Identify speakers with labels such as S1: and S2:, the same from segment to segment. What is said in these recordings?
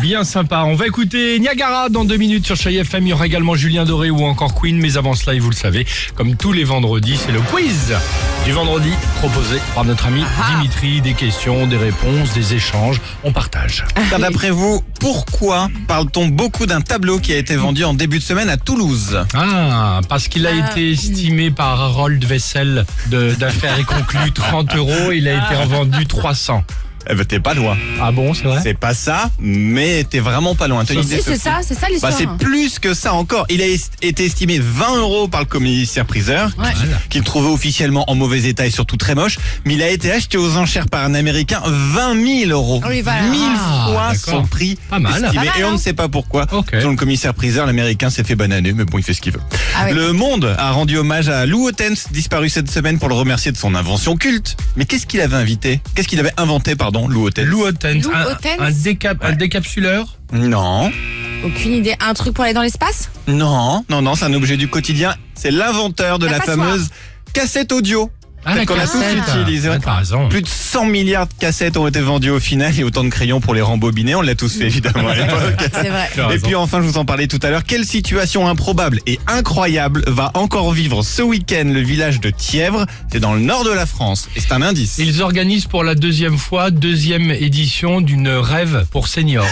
S1: bien sympa. On va écouter Niagara dans deux minutes sur Chez FM. Il y aura également Julien Doré ou encore Queen. Mais avant cela, et vous le savez, comme tous les vendredis, c'est le quiz du vendredi proposé par notre ami Dimitri. Des questions, des réponses, des échanges. On partage.
S2: Car D'après vous, pourquoi parle-t-on beaucoup d'un tableau qui a été vendu en début de semaine à Toulouse
S1: Ah, parce qu'il a été estimé par Harold Vessel de- d'affaires et conclu 30 euros. Il a été revendu 300.
S2: Eh ben t'es pas loin.
S1: Ah bon, c'est vrai
S2: C'est pas ça, mais t'es vraiment pas loin. T'as une idée,
S3: Si, c'est
S2: Sophie
S3: ça, c'est ça
S2: Bah,
S3: l'histoire.
S2: c'est plus que ça encore. Il a est- été estimé 20 euros par le commissaire priseur,
S3: Ouais.
S2: qu'il trouvait officiellement en mauvais état et surtout très moche, mais il a été acheté aux enchères par un Américain 20 000 euros.
S3: Oui, voilà.
S2: 1000
S1: Ah,
S2: fois
S1: d'accord.
S2: son prix
S1: Pas mal.
S2: estimé.
S3: Pas mal,
S2: et on
S3: hein.
S2: ne sait pas pourquoi.
S1: Ok.
S2: Selon le commissaire priseur, l'Américain s'est fait bananer, mais bon, il fait ce qu'il veut.
S3: Ah ouais.
S2: Le Monde a rendu hommage à Lou Hotens, disparu cette semaine pour le remercier de son invention culte. Mais qu'est-ce qu'il avait invité Qu'est-ce qu'il avait inventé, pardon, Lou Hotens
S1: Lou Hotens,
S3: Lou
S1: un,
S3: Hotens
S1: un décap- un décapsuleur
S2: Non.
S3: Aucune idée. Un truc pour aller dans l'espace
S2: Non, non, non, c'est un objet du quotidien. C'est l'inventeur de
S3: La
S2: la,
S3: passoire.
S2: fameuse cassette audio.
S1: Ah, la
S2: Peut-être qu'on a tous
S1: cassette.
S2: utilisé, ouais.
S1: Ah, t'as raison.
S2: Plus de 100 milliards de cassettes ont été vendues au final et autant de crayons pour les rembobiner. On l'a tous fait évidemment à l'époque.
S3: C'est vrai.
S1: Tu as
S2: Et
S1: raison.
S2: puis enfin, je vous en parlais tout à l'heure, quelle situation improbable et incroyable va encore vivre ce week-end le village de Thièvres C'est dans le nord de la France et c'est un indice.
S1: Ils organisent pour la deuxième fois, deuxième édition d'une rêve pour seniors.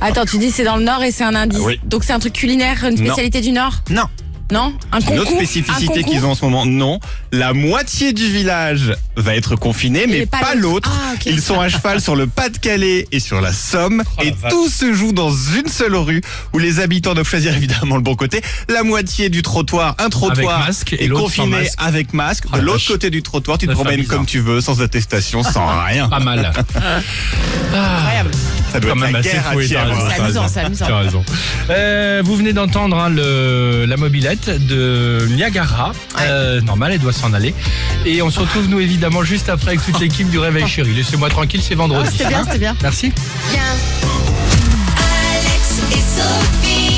S3: Attends, tu dis c'est dans le Nord et c'est un indice.
S2: Ah oui.
S3: Donc c'est un truc culinaire, une
S2: Non.
S3: spécialité du Nord
S2: Non,
S3: Non Un
S2: une
S3: concours
S2: autre spécificité qu'ils ont en ce moment, non. La moitié du village va être confinée, mais
S3: Et pas
S2: pas
S3: l'autre.
S2: l'autre.
S3: Ah, ok.
S2: Ils sont à cheval sur le Pas-de-Calais et sur la Somme,
S1: Oh, la
S2: et
S1: vache.
S2: tout se joue dans une seule rue où les habitants doivent choisir évidemment le bon côté. La moitié du trottoir, un trottoir
S1: masque et
S2: est
S1: l'autre sans
S2: confiné
S1: masque.
S2: avec masque.
S1: Oh,
S2: de
S1: la
S2: l'autre
S1: vache.
S2: côté du trottoir, tu te
S1: Ça, ça
S2: promènes
S1: bizarre.
S2: comme tu veux, sans attestation, sans rien.
S1: Pas mal. Incroyable.
S2: Ça doit
S1: Quand même
S2: être la
S1: assez
S2: guerre hein. à
S1: fou et
S2: Thiers.
S1: dingue.
S3: C'est amusant, c'est
S1: Tu
S3: amusant.
S1: as raison. Euh, vous venez d'entendre hein, le- la mobilette de Niagara. Euh, normal, elle doit s'en aller. Et on se retrouve, nous, évidemment, juste après avec toute l'équipe du Réveil Chéri. Laissez-moi tranquille,
S3: Ah,
S1: c'est vendredi. Hein
S3: C'était bien, c'était bien.
S1: Merci.
S4: Alex et Sophie.